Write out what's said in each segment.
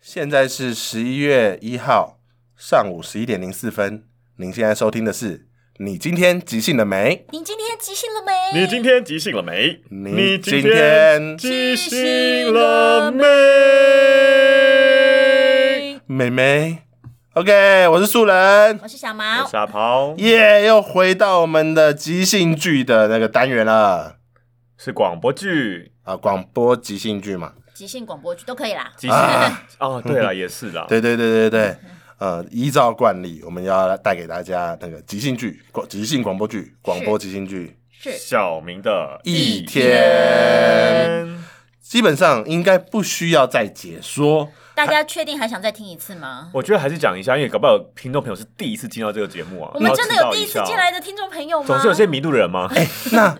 现在是十一月一号上午十一点零四分。您现在收听的是《你今天即兴了没你今天即兴了没？你今天即兴了没？你今今天即兴了没？》妹妹。OK，我是素人，我是小我毛，是阿抛，耶、又回到我们的即兴剧的那个单元了是广播剧啊，广播即兴剧嘛。即兴广播剧都可以啦。即兴啊。哦，对了，也是啦。对对对对对，呃，依照惯例，我们要带给大家那个即兴剧、广即兴广播剧、广播即兴剧。是小明的一天，基本上应该不需要再解说。大家确定还想再听一次吗？我觉得还是讲一下，因为搞不好有听众朋友是第一次听到这个节目啊。我们真的然有后知第道一次下进，来的听众朋友吗？总是有些迷路人嘛。哎、那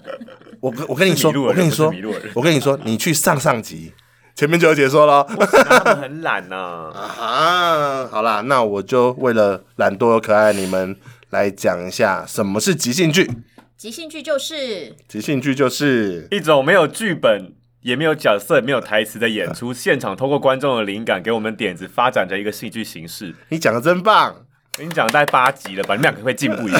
我跟我跟你说，迷路我了跟你说不是迷路了，我跟你说，你去上上集前面就有解说了哦。他们很懒呐。啊，好啦，那我就为了懒惰又可爱的你们来讲一下什么是即兴剧。即兴剧就是即兴剧就是一种没有剧本、也没有角色、也没有台词的演出，现场通过观众的灵感给我们点子，发展成一个戏剧形式。你讲的真棒。我哎跟你讲，大概八集了吧，你们两个会进步一下。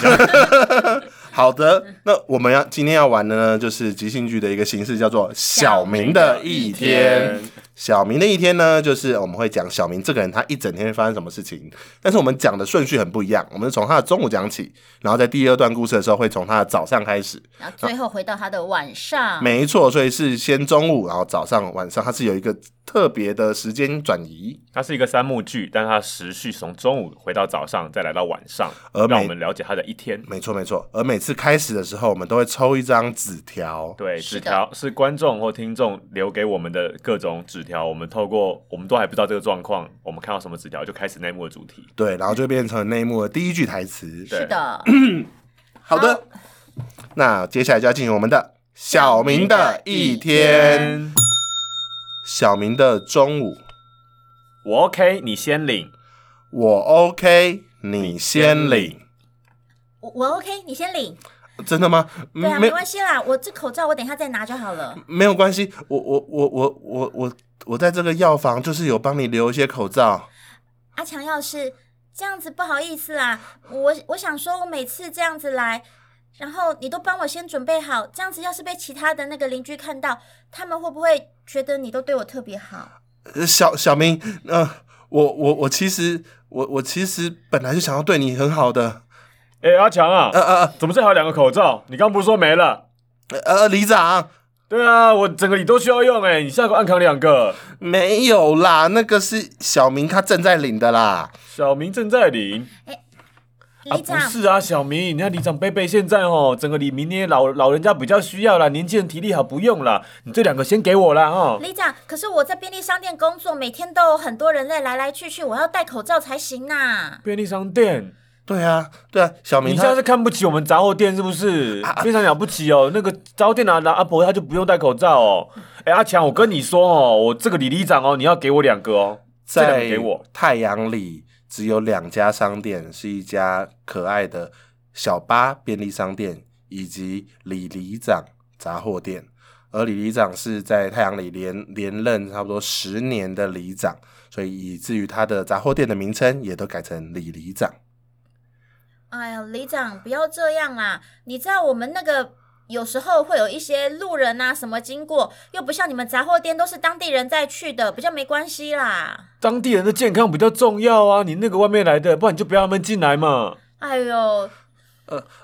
好的，那我们要今天要玩的呢，就是即兴剧的一个形式，叫做小明的 一天。小明的一天呢，就是呃我们会讲小明这个人他一整天会发生什么事情，但是我们讲的顺序很不一样，我们是从他的中午讲起，然后在第二段故事的时候会从他的早上开始。然后最后回到他的晚上，没错，所以是先中午，然后早上、晚上，它是有一个特别的时间转移。它是一个三幕剧，但它时序从中午回到早上，再来到晚上，而每让我们了解他的一天。没错，没错。而每次开始的时候，我们都会抽一张纸条，对，是纸的条是观众或听众留给我们的各种纸条，我们透过我们都还不知道这个状况，我们看到什么纸条就开始内幕的主题。对，然后就变成内幕的第一句台词。对是的，好的，那接下来就要进行我们的小明的一天。小明的中午，我 OK，你先领。我 OK，你先领。我我 OK，你先领。真的吗？嗯对啊，没没关系啦，我这口罩我等一下再拿就好了。没有关系，我我我我我我我在这个药房就是有帮你留一些口罩。阿强要是这样子不好意思啦，我我想说，我每次这样子来，然后你都帮我先准备好，这样子要是被其他的那个邻居看到，他们会不会觉得你都对我特别好？呃小小明，呃，我我我其实我我其实本来就想要对你很好的，哎、阿强啊，呃呃怎么这还有两个口罩？你刚不是说没了？呃呃，里长对啊，我整个你都需要用哎、你下个暗扛两个。没有啦，那个是小明他正在领的啦。小明正在领。啊，里不长，是啊，小明，你看里长贝贝现在哦，整个李明呢老老人家比较需要啦，年轻人体力好不用啦，你这两个先给我啦哦。里长，可是我在便利商店工作，每天都有很多人在来来去去，我要戴口罩才行啊呐、便利商店，对啊，对啊，小明你现在他啊是看不起我们杂货店是不是？非常了不起哦，那个杂货店拿拿阿伯他就不用戴口罩哦。嗯哎，阿强，我跟你说哦，我这个李里长哦，你要给我两个哦，这两个在给我。太阳里只有两家商店，是一家可爱的小巴便利商店以及李里长杂货店。而李里长是在太阳里连连任差不多十年的里长，所以以至于他的杂货店的名称也都改成李里长。哎呀，里长，不要这样啦！你知道我们那个有时候会有一些路人啊什么经过，又不像你们杂货店都是当地人在去的，比较没关系啦。当地人的健康比较重要啊，你那个外面来的，不然你就不要让他们进来嘛。哎呦，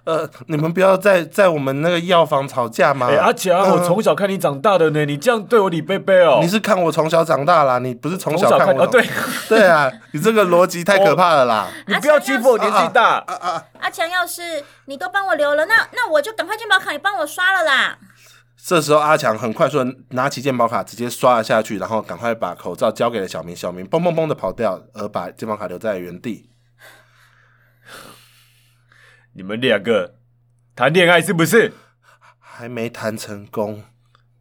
呃，你们不要在在我们那个药房吵架嘛。哎、阿强，我从小看你长大的呢，你这样对我李贝贝哦，嗯你是看我从小长大啦，你不是从从小小看看我哦，长对， 对啊，你这个逻辑太可怕了啦。你不要欺负我年纪啊大。阿强，要是你都帮我留了，那那我就赶快健保卡你帮我刷了啦。这时候阿强很快速地拿起健保卡，直接刷了下去，然后赶快把口罩交给了小明。小明蹦蹦蹦的跑掉，而把健保卡留在原地。你们两个谈恋爱是不是？还没谈成功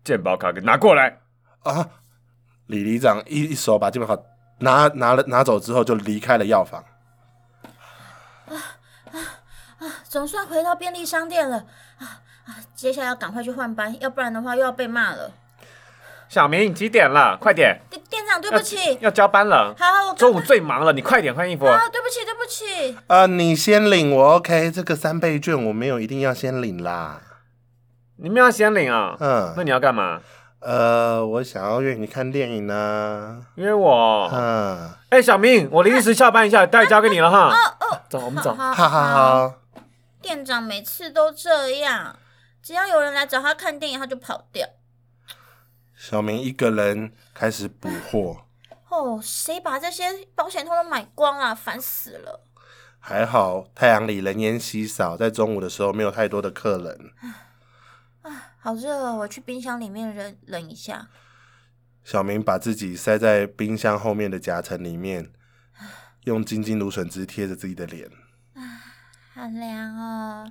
健保卡给拿过来，啊！李里长一一手把健保卡拿拿了拿走之后，就离开了药房。总算回到便利商店了啊啊！接下来要赶快去换班，要不然的话又要被骂了。小明，你几点了？快点，店店长，对不起，要交班了，好，我中午最忙了，你快点换衣服。啊，对不起，对不起，啊，你先领我 OK，这个三倍券我没有一定要先领啦。你们要先领啊？那嗯，你要干嘛？呃，我想要约你看电影呢、约我？嗯，哎、小明，我临时下班一下，待会交给你了哈。走，我们走。啊哦好哈哈。哈。店长每次都这样，只要有人来找他看电影，他就跑掉。小明一个人开始补货，哦，谁把这些保险通通买光啊？烦死了！还好太阳里人烟稀少，在中午的时候没有太多的客人。好热哦，我去冰箱里面冷冷一下。小明把自己塞在冰箱后面的夹层里面，用金金芦笋汁贴着自己的脸。好凉哦！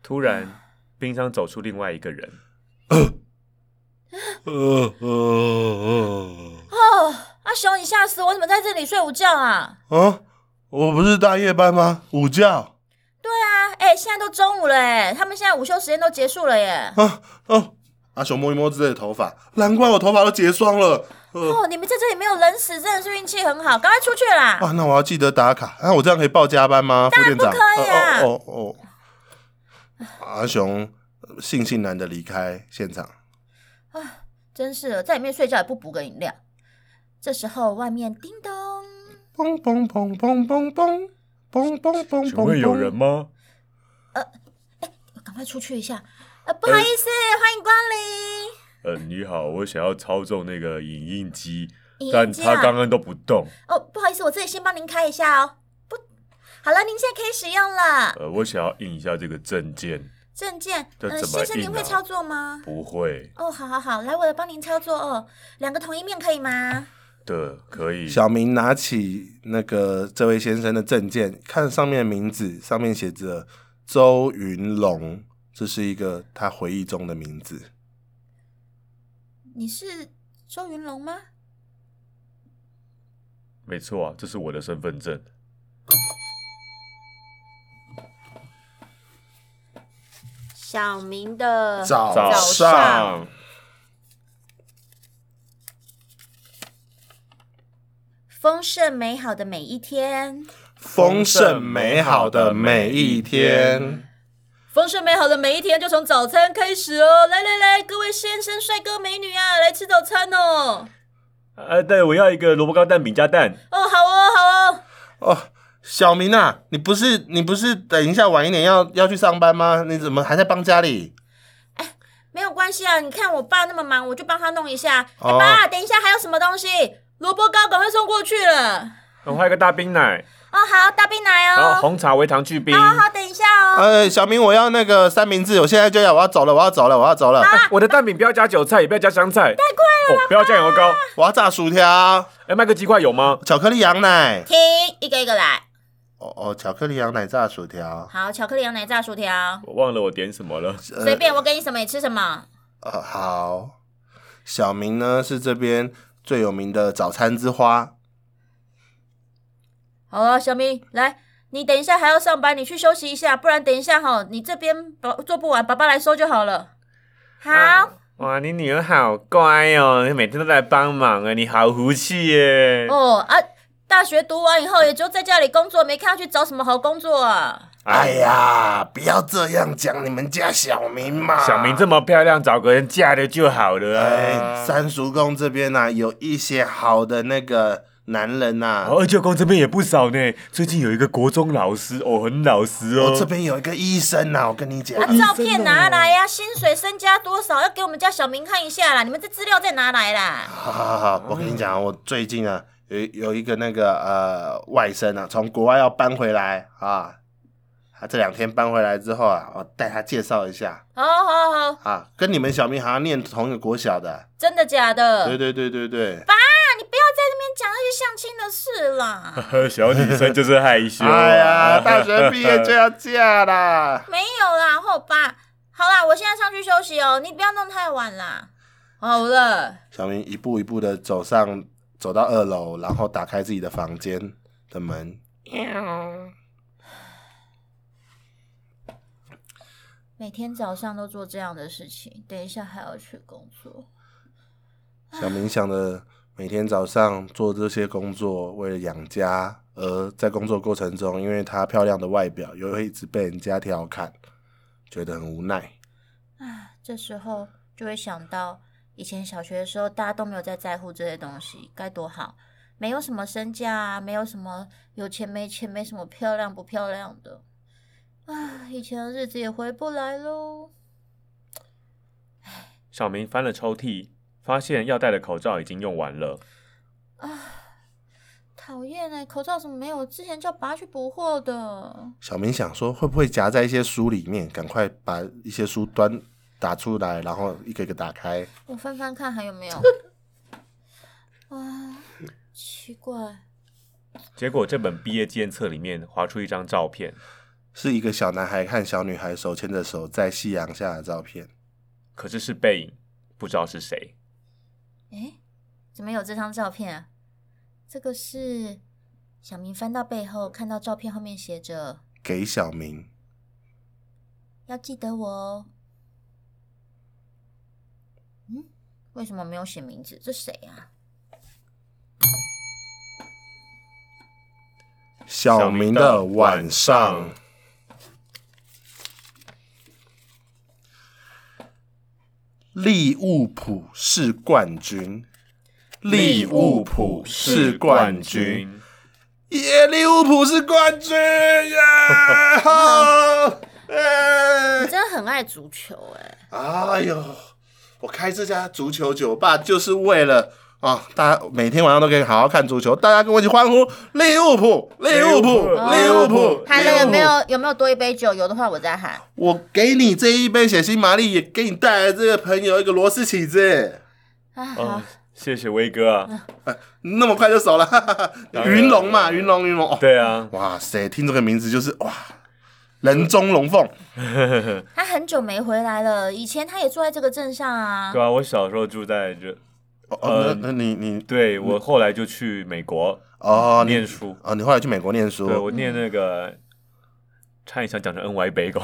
突然，冰箱走出另外一个人，呃呃呃，哦，阿雄，你吓死我！我怎么在这里睡午觉啊？啊，我不是大夜班吗？午觉对啊，哎、现在都中午了哎，他们现在午休时间都结束了耶。啊哦。阿雄摸一摸自己的头发，难怪我头发都结霜了。呃哦，你们在这里没有冷死，真的是运气很好，赶快出去啦！啊，那我要记得打卡。那、我这样可以报加班吗？副然店长，不可以啊哦哦哦哦阿雄呃悻悻然的离开现场。真是的，在里面睡觉也不补个饮料。这时候外面叮咚，砰砰砰砰砰砰砰砰砰请问有人？吗？赶快出去一下。呃，不好哎意思，欢迎光临。呃，你好，我想要操纵那个影印机，影印但机它啊刚刚都不动。哦，不好意思，我自己先帮您开一下哦。不，好了，您现在可以使用了。呃，我想要印一下这个证件，证件，这呃，怎么先生您印会啊操作吗？不会哦，好好好，来，我来帮您操作哦。两个同一面可以吗？的，可以。小明拿起那个这位先生的证件，看上面的名字，上面写着周云龙，这是一个他回忆中的名字。你是周云龙吗？没错啊，这是我的身份证。小明的早早上上，丰盛美好的每一天，丰盛美好的每一天，丰盛美好的每一天就从早餐开始哦。来来来，各位先生、帅哥、美女啊，来吃早餐哦。呃，对，我要一个萝卜糕蛋饼加蛋。哦，好哦，好哦。哦。小明啊，你不是你不是等一下晚一点要要去上班吗？你怎么还在帮家里？没有关系啊，你看我爸那么忙，我就帮他弄一下。哎、哦爸，等一下还有什么东西？萝卜糕赶快送过去了。我还有一个大冰奶，哦，好，大冰奶然后哦。红茶微糖去冰。好好，等一下哦。呃，小明，我要那个三明治，我现在就要，我要走了，我要走了，我要走了，我的蛋饼不要加韭菜，也不要加香菜，太贵了、哦，不要加油膏。我要炸薯条，哎，麦克鸡块有吗？巧克力羊奶。停，一个一个来。哦哦，巧克力羊奶炸薯条，好，巧克力羊奶炸薯条，我忘了我点什么了。随便我给你什么你吃什么。呃，好。小明呢是这边最有名的早餐之花。好了，小明，来，你等一下还要上班，你去休息一下，不然等一下哈，你这边爸做不完，爸爸来收就好了。好，哇，你女儿好乖哦，每天都来帮忙哎，你好福气耶！哦啊，大学读完以后也就在家里工作，没看要去找什么好工作啊。哎，呀，不要这样讲你们家小明嘛。小明这么漂亮，找个人嫁了就好了啊。哎，三叔公这边呢、啊有一些好的那个男人啊呐、哦，二舅公这边也不少呢。最近有一个国中老师哦，很老实我、哦。这边有一个医生呐、我跟你讲啊，，照片拿来呀、薪水身家多少要给我们家小明看一下啦，你们这资料再拿来啦。好好好，我跟你讲，我最近啊有有一个那个呃外甥啊，从国外要搬回来啊，他这两天搬回来之后啊，我带他介绍一下好好好，啊，跟你们小明好像念同一个国小的，真的假的？对对对对对，啊，你不要在那边讲那些相亲的事 啦。，小女生就是害羞、 哎 呀，大学毕业就要嫁啦没有啦，后爸。好啦，我现在上去休息哦，你不要弄太晚啦。好了，小明一步一步的走上走到二楼，然后打开自己的房间的门，每天早上都做这样的事情，等一下还要去工作。小明想着每天早上做这些工作，为了养家，而在工作过程中，因为她漂亮的外表，又会一直被人家调侃，觉得很无奈。啊，这时候就会想到以前小学的时候，大家都没有在在乎这些东西，该多好！没有什么身价啊，没有什么有钱没钱，没什么漂亮不漂亮的。啊，以前的日子也回不来喽。小明翻了抽屉，发现要戴的口罩已经用完了。讨厌哎，口罩怎么没有？之前叫拔去补货的。小明想说，会不会夹在一些书里面？赶快把一些书端打出来，然后一个一个打开。我翻翻看还有没有。 啊，奇怪，结果这本毕业纪念册里面划出一张照片，是一个小男孩和小女孩手牵着手在夕阳下的照片。可是是背影，不知道是谁。诶，怎么有这张照片啊？这个是小明翻到背后，看到照片后面写着给小明， “要记得我哦”。嗯，为什么没有写名字？这谁啊？小明的晚上。利物浦是冠军，利物浦是冠军，，耶！利物浦是冠军，耶！ 好，你哎，真的很爱足球诶。哎呦，我开这家足球酒吧就是为了。啊、大家每天晚上都可以好好看足球，大家跟我一起欢呼利物浦，利物浦，哦利物浦！喊利物了有浦没有有没有多一杯酒？有的话我再喊。我给你这一杯血腥玛丽，也给你带来这个朋友一个螺丝起子，啊，嗯好哦，谢谢威哥啊，那么快就熟了，哈哈哈当然云龙嘛，云龙云龙，哦，对啊，哇塞，听这个名字就是哇，人中龙凤，他很久没回来了，以前他也住在这个镇上啊对。啊，我小时候住在这，哦哦呃，那那你你对我后来就去美国哦，你念书，哦，你后来去美国念对书我念那个，差点想讲成 N Y 北狗，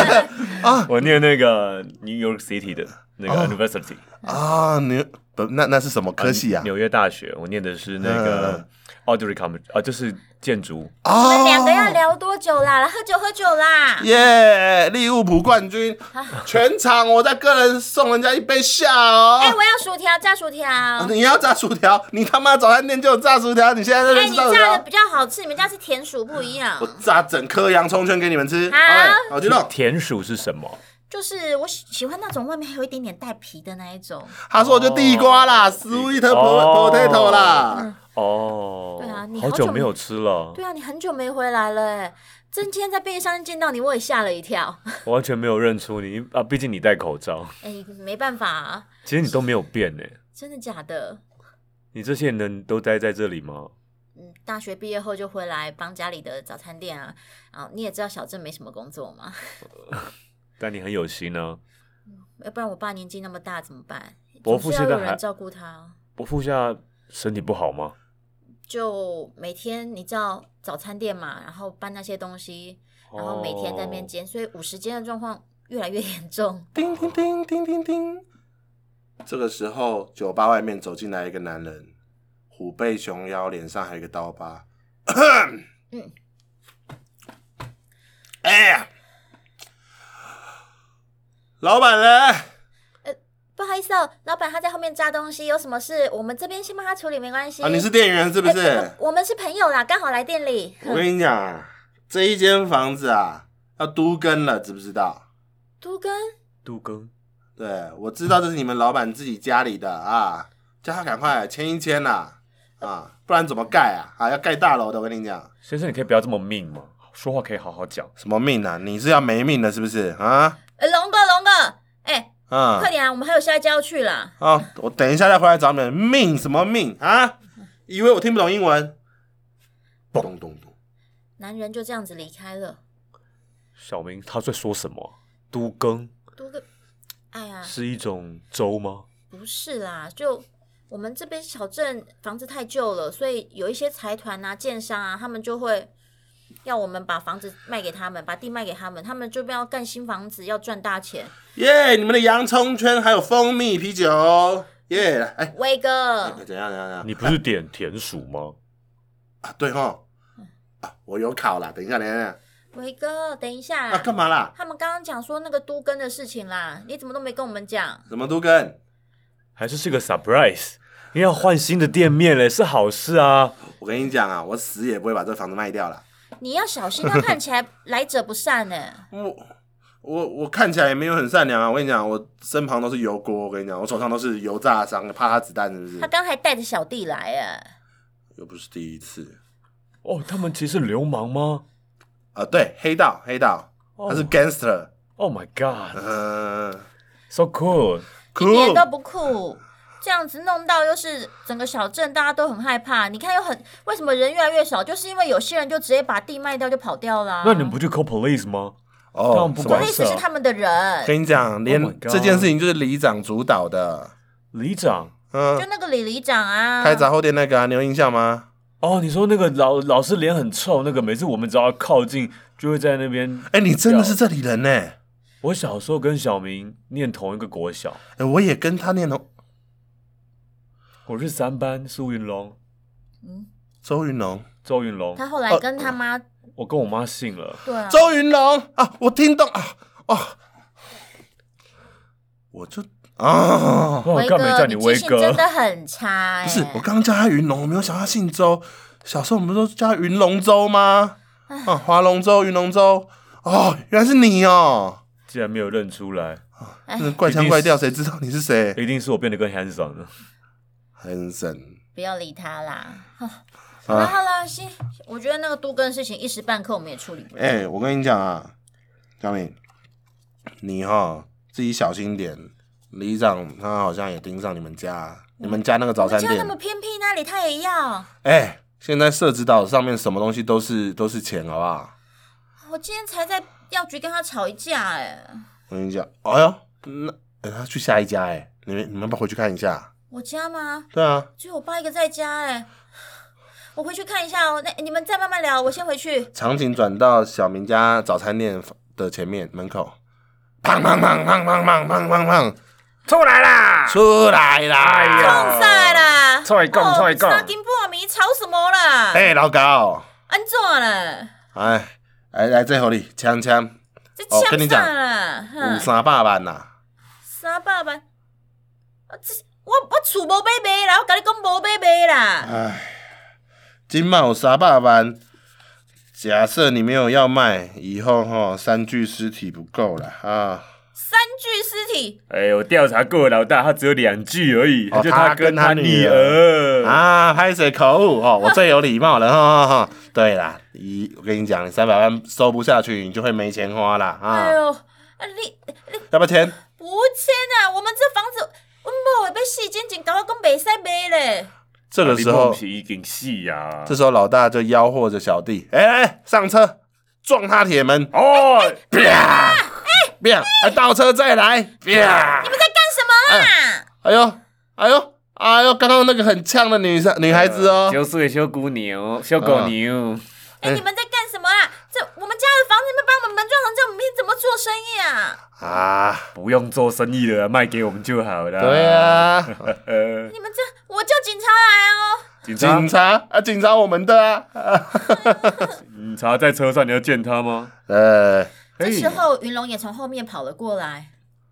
啊我念那个 New York City 的那哦个 University，啊，你不那那是什么科系啊？纽约大学，我念的是那嗯个 Audrey Com 啊，就是建筑，我哦，们两个要聊多久啦？来喝酒喝酒啦！哦耶，利物浦冠军，啊全场我在个人送人家一杯下哦哎、。我要薯条，炸薯条。哦啊哎、你要炸薯条，你他妈早餐店就有炸薯条，你现在在那边哎你吃炸薯啊炸的条比，较好吃，你们家是甜薯不一样我。炸整颗洋葱圈给你们吃。好哎好激动。田鼠是什么？就是我喜喜欢那种外面还有一点点带皮的那一种。他说就地瓜啦哦，sweet 哦 potato 啦。哦，对啊你好好久久没有吃了，对啊，你很久没回来了、哎，真今天在便利商店见到你，我也吓了一跳。 我完全没有认出你啊，毕竟你戴口罩，哎、没办法、啊，其实你都没有变呢。真的假的？你这些人都待在这里吗？嗯，大学毕业后就回来帮家里的早餐店啊。啊，你也知道小镇没什么工作嘛，但你很有心啊呢、要不然我爸年纪那么大怎么办？伯总父是要现在有人还照顾他。伯父下身体不好吗？就每天你知道早餐店嘛，然后搬那些东西，然后每天在那边哦煎，所以午时间的状况越来越严重。 叮叮叮叮叮叮。这个时候，酒吧外面走进来一个男人，虎背熊腰，脸上还有一个刀疤。 嗯，哎呀，老板嘞？啊不好意思哦，老板他在后面炸东西，有什么事我们这边先帮他处理，没关系。啊，你是店员是不哎是？我我们是朋友啦，刚好来店里。我跟你讲啊，这一间房子啊，要都更了，知不知道？都根，杜庚，对，我知道这是你们老板自己家里的啊，叫他赶快签一签啦、啊，不然怎么盖啊？啊，要盖大楼的，我跟你讲，先生，你可以不要这么命吗？说话可以好好讲。什么命啊？你是要没命了是不是啊？哎，龙哥，龙哥，哎，啊快点啊，我们还有下一家要去啦。啊！我等一下再回来找你们，命什么命啊？以为我听不懂英文？咚咚咚！男人就这样子离开了。小明他在说什么？都更都根，哎呀，是一种粥吗？不是啦，就我们这边小镇房子太旧了，所以有一些财团啊、建商啊，他们就会要我们把房子卖给他们，把地卖给他们，他们就要干新房子，要赚大钱。耶、你们的洋葱圈还有蜂蜜啤酒，耶！来哎，威哥，怎样怎样怎样？你不是点田鼠吗？ 啊，对吼，啊，我有考啦，等一下，等一下，威哥，等一下啊，啦，干嘛啦？他们刚刚讲说那个都根的事情啦，你怎么都没跟我们讲？什么都跟？还是是个 surprise？因为要换新的店面嘞，是好事啊。我跟你讲啊，我死也不会把这房子卖掉啦。你要小心，他看起来来者不善呢、我我我看起来也没有很善良啊，我跟你讲，我身旁都是油锅，我跟你讲，我手上都是油炸伤，怕他子弹是不他是？刚还带着小弟来哎，又不是第一次哦，他们其实是流氓吗啊，对，黑道黑道，他是 gangster， ？Oh my god，so 嗯、哦 cool！一点都 cool，不酷。这样子弄到又是整个小镇，大家都很害怕。你看，又很为什么人越来越少，就是因为有些人就直接把地卖掉就跑掉啦、那你们不去 call police 吗？他哦们，不什么管意思是他们的人，跟你讲，连 Oh my god 这件事情就是里长主导的，里长，嗯就，那个李里长啊，开杂货店那个啊，你有印象吗？哦，你说那个老老是脸很臭那个，每次我们只要靠近就会在那边。哎、你真的是这里人呢、我小时候跟小明念同一个国小，哎、我也跟他念同我是三班苏云龙、周云龙，周云龙，他后哦来跟他妈、我跟我妈姓了。对啊，周云龙啊，我听懂啊，哦，我就啊，我威干嘛哥，叫你威记性哥真？的很差、哎。不是，我刚刚叫他云龙，我没有想到他姓周。小时候我们都叫他云龙舟吗？啊，划龙舟、云龙舟，哦，原来是你哦，竟然没有认出来，哎真是怪腔怪调，谁知道你是谁？一定是我变得更 handsome 了。很神不要理他啦。好啦啊！好啦，先，我觉得那个都跟事情一时半刻我们也处理不了。哎、我跟你讲啊，小敏，你哈自己小心点。里长他好像也盯上你们家，你们家那个早我餐们家店那，么偏僻那里，他也要。哎、现在社子岛上面什么东西都是都是钱，好不好？我今天才在药局跟他吵一架、哎，我跟你讲，哎呦，那、哎他去下一家、哎，你们你们要不要回去看一下？我家吗？对啊，只有我爸一个在家、哎，我回去看一下哦。那你们再慢慢聊，我先回去。场景转到小明家早餐店的前面门口，砰砰砰砰砰砰砰砰砰，出来啦！出来啦！哎冲呀赛啦！菜杠哦菜杠三更半暝吵什么啦？哎、老高，安怎了？哎，来来这互你，枪枪。这哦呛跟你啥讲啦？哼嗯有三百万呐、三百万，啊，这我我厝无买卖啦，我甲你讲无买卖啦。今卖有三百万，假设你没有要卖，以后哈三具尸体不够了啊。三具尸体，哎，我调查过老大，他只有两句而已，哦就他跟跟他女女儿。啊，拍谁口误哦，我最有礼貌了哈哈。对啦，一我跟你讲，你三百万收不下去，你就会没钱花啦啊哎。呦，啊你要不要钱？不签啊！我们这房子，阮某会被细监警搞到讲袂使卖咧。这个时候，已经啊戏呀。这时候老大就吆喝着小弟，哎、哎，上车，撞他铁门，哦，啪，啪，啊倒车再来，啪。你在干什么啊？哎呦，哎呦，哎呦，刚刚那个很呛的女生女孩子哦，九岁小姑牛，小狗牛，哎、你们在干什么啊？这我们家的房子，你们把我们门撞成这样，我们怎么做生意啊？啊，不用做生意了，卖给我们就好了。对啊，呃，你们这，我叫警察来哦！警察警，察啊，警察我们的啊，啊警察在车上，你要见他吗？呃，这时哎候，云龙也从后面跑了过来。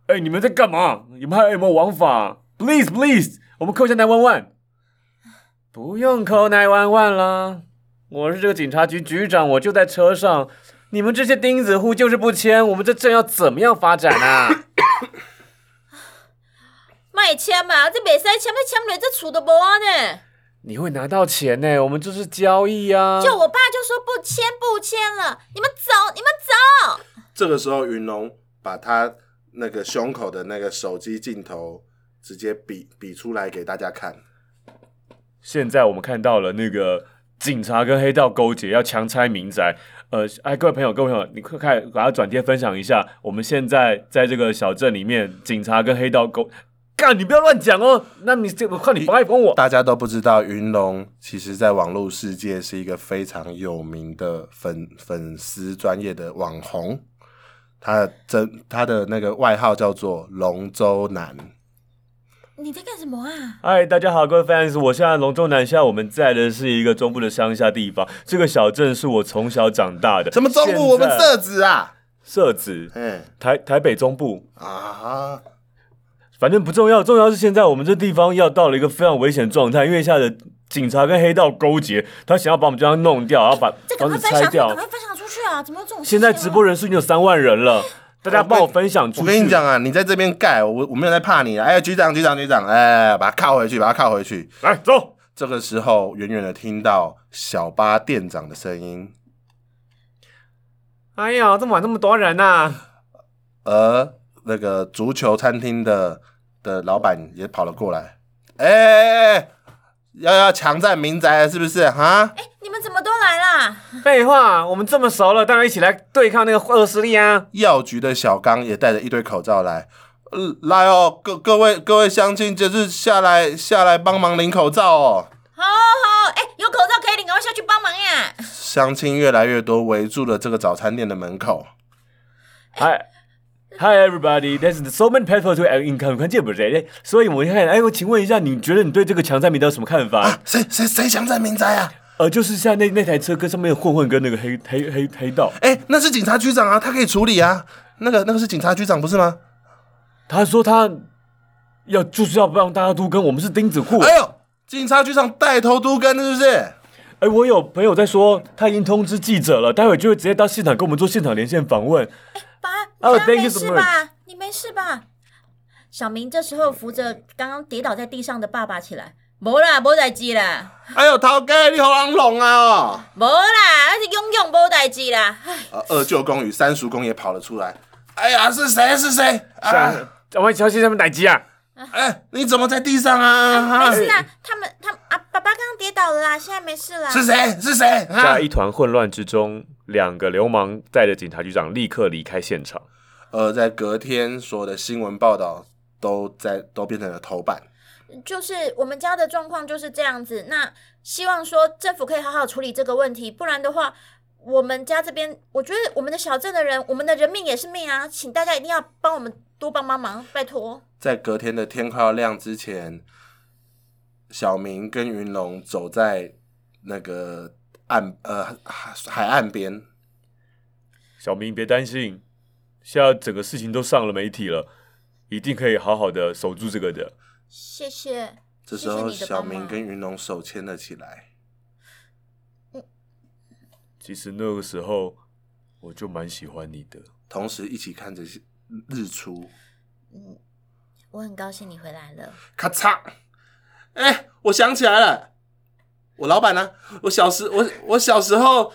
哎，你们在干嘛？你们还有没有玩法？Please please，我们扣一下 nine one one。不用扣 nine one one 啦，我是这个警察局局长，我就在车上。你们这些钉子户就是不签，我们这镇要怎么样发展啊？ 卖签嘛，这袂使签，这签落这厝都无啊呢。你会拿到钱呢、我们这是交易啊。就我爸就说不签不签了，你们走，你们走。这个时候云龙把他那个胸口的那个手机镜头直接比比出来给大家看，现在我们看到了那个警察跟黑道勾结，要强拆民宅。呃，哎，各位朋友，各位朋友，你快快把它转贴分享一下。我们现在在这个小镇里面，警察跟黑道勾，干你不要乱讲哦。那你这我靠，你不爱管我。大家都不知道云龙其实在网络世界是一个非常有名的粉粉丝专业的网红，他的真他的那个外号叫做龙舟男。你在干什么啊？嗨，大家好，各位 fans，我现在隆重南下，我们在的是一个中部的乡下地方，这个小镇是我从小长大的。什么中部？我们社社子啊，社子嗯台台北中部，啊，反正不重要，重要是现在我们这地方要到了一个非常危险的状态，因为现在的警察跟黑道勾结，他想要把我们这样弄掉，然后把这赶房快子分拆享出，赶掉。快分享出去啊！怎么有这种事、情现啊在直播人数已经有三万人了，大家帮我分享出去。我跟你，讲啊，你在这边盖，我我没有在怕你啊。哎，局长，局长，局长，哎，把它靠回去，把它靠回去。来走，这个时候，远远的听到小巴店长的声音，哎呀，这么晚这么多人啊呐、而那个足球餐厅的的老板也跑了过来，哎哎哎，要要强占民宅了是不是？哈，哎、你们怎么都来啦？废话，我们这么熟了，当然一起来对抗那个恶势力啊！药局的小刚也带着一堆口罩来，呃、来哦，各各位各位乡亲，这次下来下来帮忙领口罩哦。好好，哎、有口罩可以领，赶快下去帮忙呀！乡亲越来越多围住了这个早餐店的门口。嗨。Hi everybody, there's so many people to income 看见不是？所以我看，哎，我请问一下，你觉得你对这个强占民的有什么看法？啊谁谁谁想占民宅啊？呃，就是像那那台车跟上面的混混跟那个黑黑黑黑道，哎、那是警察局长啊，他可以处理啊。那个那个是警察局长不是吗？他说他要就是要让大家都跟我们是钉子户。哎呦，警察局长带头都跟是不是？哎，我有朋友在说，他已经通知记者了，待会就会直接到现场跟我们做现场连线访问。爸，你刚哦刚 thank you 没 so 事吧？你没事吧？小明这时候扶着刚刚跌倒在地上的爸爸起来，没啦，没代志啦，哎呦，头哥，你好狼龙啊、哦！没啦，还是永永没代志啦。唉，呃，二舅公与三叔公也跑了出来。哎呀，是谁？是谁？啊！我们小心他们逮鸡啊！哎，你怎么在地上啊？没啊事哎啦，他们他们啊，爸爸刚刚跌倒了啦，现在没事啦。是谁？是谁？啊在！一团混乱之中，两个流氓带着警察局长立刻离开现场。呃，在隔天所有的新闻报道都在都变成了头版。就是我们家的状况就是这样子。那希望说政府可以好好处理这个问题，不然的话，我们家这边，我觉得我们的小镇的人，我们的人命也是命啊，请大家一定要帮我们多帮帮忙，拜托。在隔天的天快要亮之前，小明跟云龙走在那个岸呃海海岸边，小明，别担心，现在整个事情都上了媒体了，一定可以好好的守住这个的。谢谢。这时候谢谢你的小帮忙明跟云龙手牵了起来。其实那个时候我就蛮喜欢你的。同时一起看着日日出，嗯我很高兴你回来了。咔嚓！哎、我想起来了，我老板呢、我小时我我小时候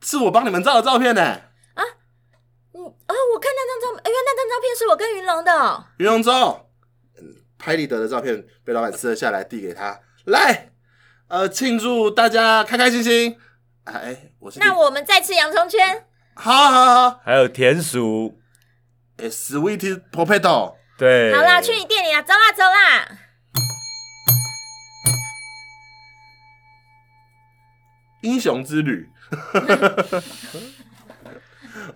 是我帮你们照的照片呢、嗯啊、我看那张照，哎、原来那张照片是我跟云龙的哦、云龙舟，嗯拍立得的照片被老板撕了下来，递给他，来，呃，庆祝大家开开心心。哎、我是那我们再吃洋葱圈。好好好，还有田鼠，哎、s w e e t potato，对，好啦，去你店里啦，走啦走啦。英雄之旅。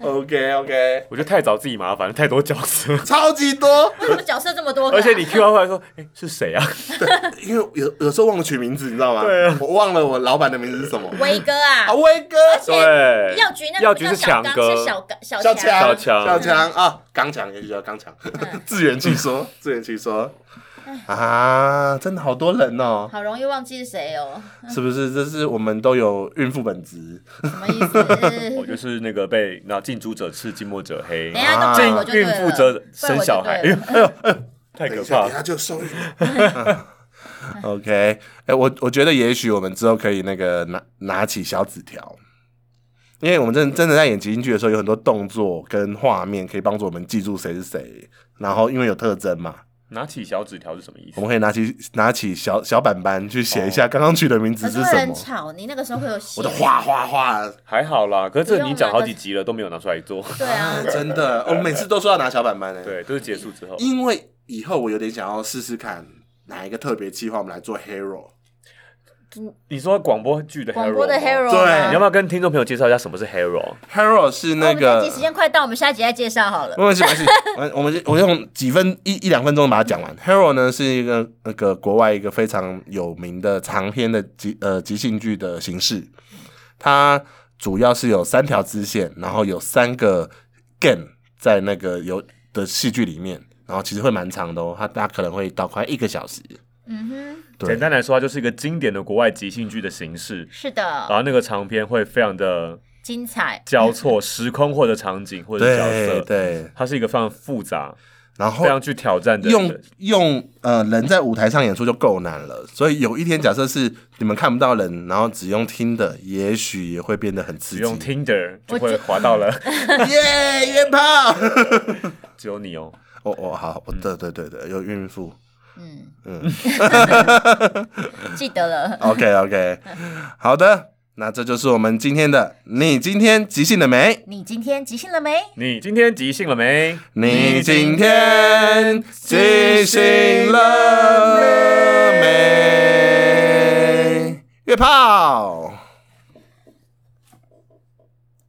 OK OK，我觉得太找自己麻烦了，太多角色， 超级多。为什么角色这么多个啊？而且你 Q 完回来说，哎、是谁啊？因为有有时候忘了取名字，你知道吗？对啊我忘了我老板的名字是什么。威哥啊啊，，威哥，对，哎药局那个药不局叫是小强刚哥是，小刚小小强。嗯强，小强小强啊，刚强，也许叫刚强。 自圆其说，自圆其说。啊，真的好多人哦，好容易忘记是谁哦，是不是？这是我们都有孕妇本质。什么意 思？我哦就是那个被那近朱者赤，近墨者黑，等一下都啊怪近哎我就对孕了，妇者生小孩，哎怪我呦就对了哎呦哎呦，太等可一下，怕等一了！下就受孕了。OK，哎、我我觉得也许我们之后可以那个拿拿起小纸条，因为我们真真的在演即兴剧的时候，有很多动作跟画面可以帮助我们记住谁是谁，然后因为有特征嘛，拿起小纸条是什么意我思？们可以拿起拿起小小板板去写一下刚刚取的名字可是是会什么哦很。吵，你那个时候会有血我的哗哗哗，还好啦，可是这不你用讲啦好可几是集了都没有拿出来做，对啊， 真的，哦我每次都说要拿小板板呢、，对，都是结束之后。因为以后我有点想要试试看哪一个特别计划，我们来做 hero。你说广播剧的 hero，广播的吗 hero 对啊你要不要跟听众朋友介绍一下什么是 hero？ Hero 是那我们个这集时间快到，我们下集再介绍好了 没。关系，没关系，我我们我用几分一一两分钟把它讲完。Hero 呢是一个那个国外一个非常有名的长篇的即呃即兴剧的形式，它主要是有三条支线，然后有三个 game 在那个有的戏剧里面，然后其实会蛮长的哦，它它可能会到快一个小时。嗯哼，对简单来说，它就是一个经典的国外即兴剧的形式。是然的，后那个长篇会非常的精彩。交错时空或者场景或者角对色，对，它是一个非常复杂、然非后常去挑战的。用用呃人在舞台上演出就够难了，所以有一天假设是你们看不到人，然后只用听的，也许也会变得很刺只激。用 Tinder 就我会觉滑到了 耶，约炮！只有你哦。哦哦，好，我对对对对，有孕妇。嗯嗯记得了， ，OK OK，好的，那这就是我们今天的。你今天即兴了没？你今天即兴了没？你今天即兴了没？你今天即兴了没？约炮。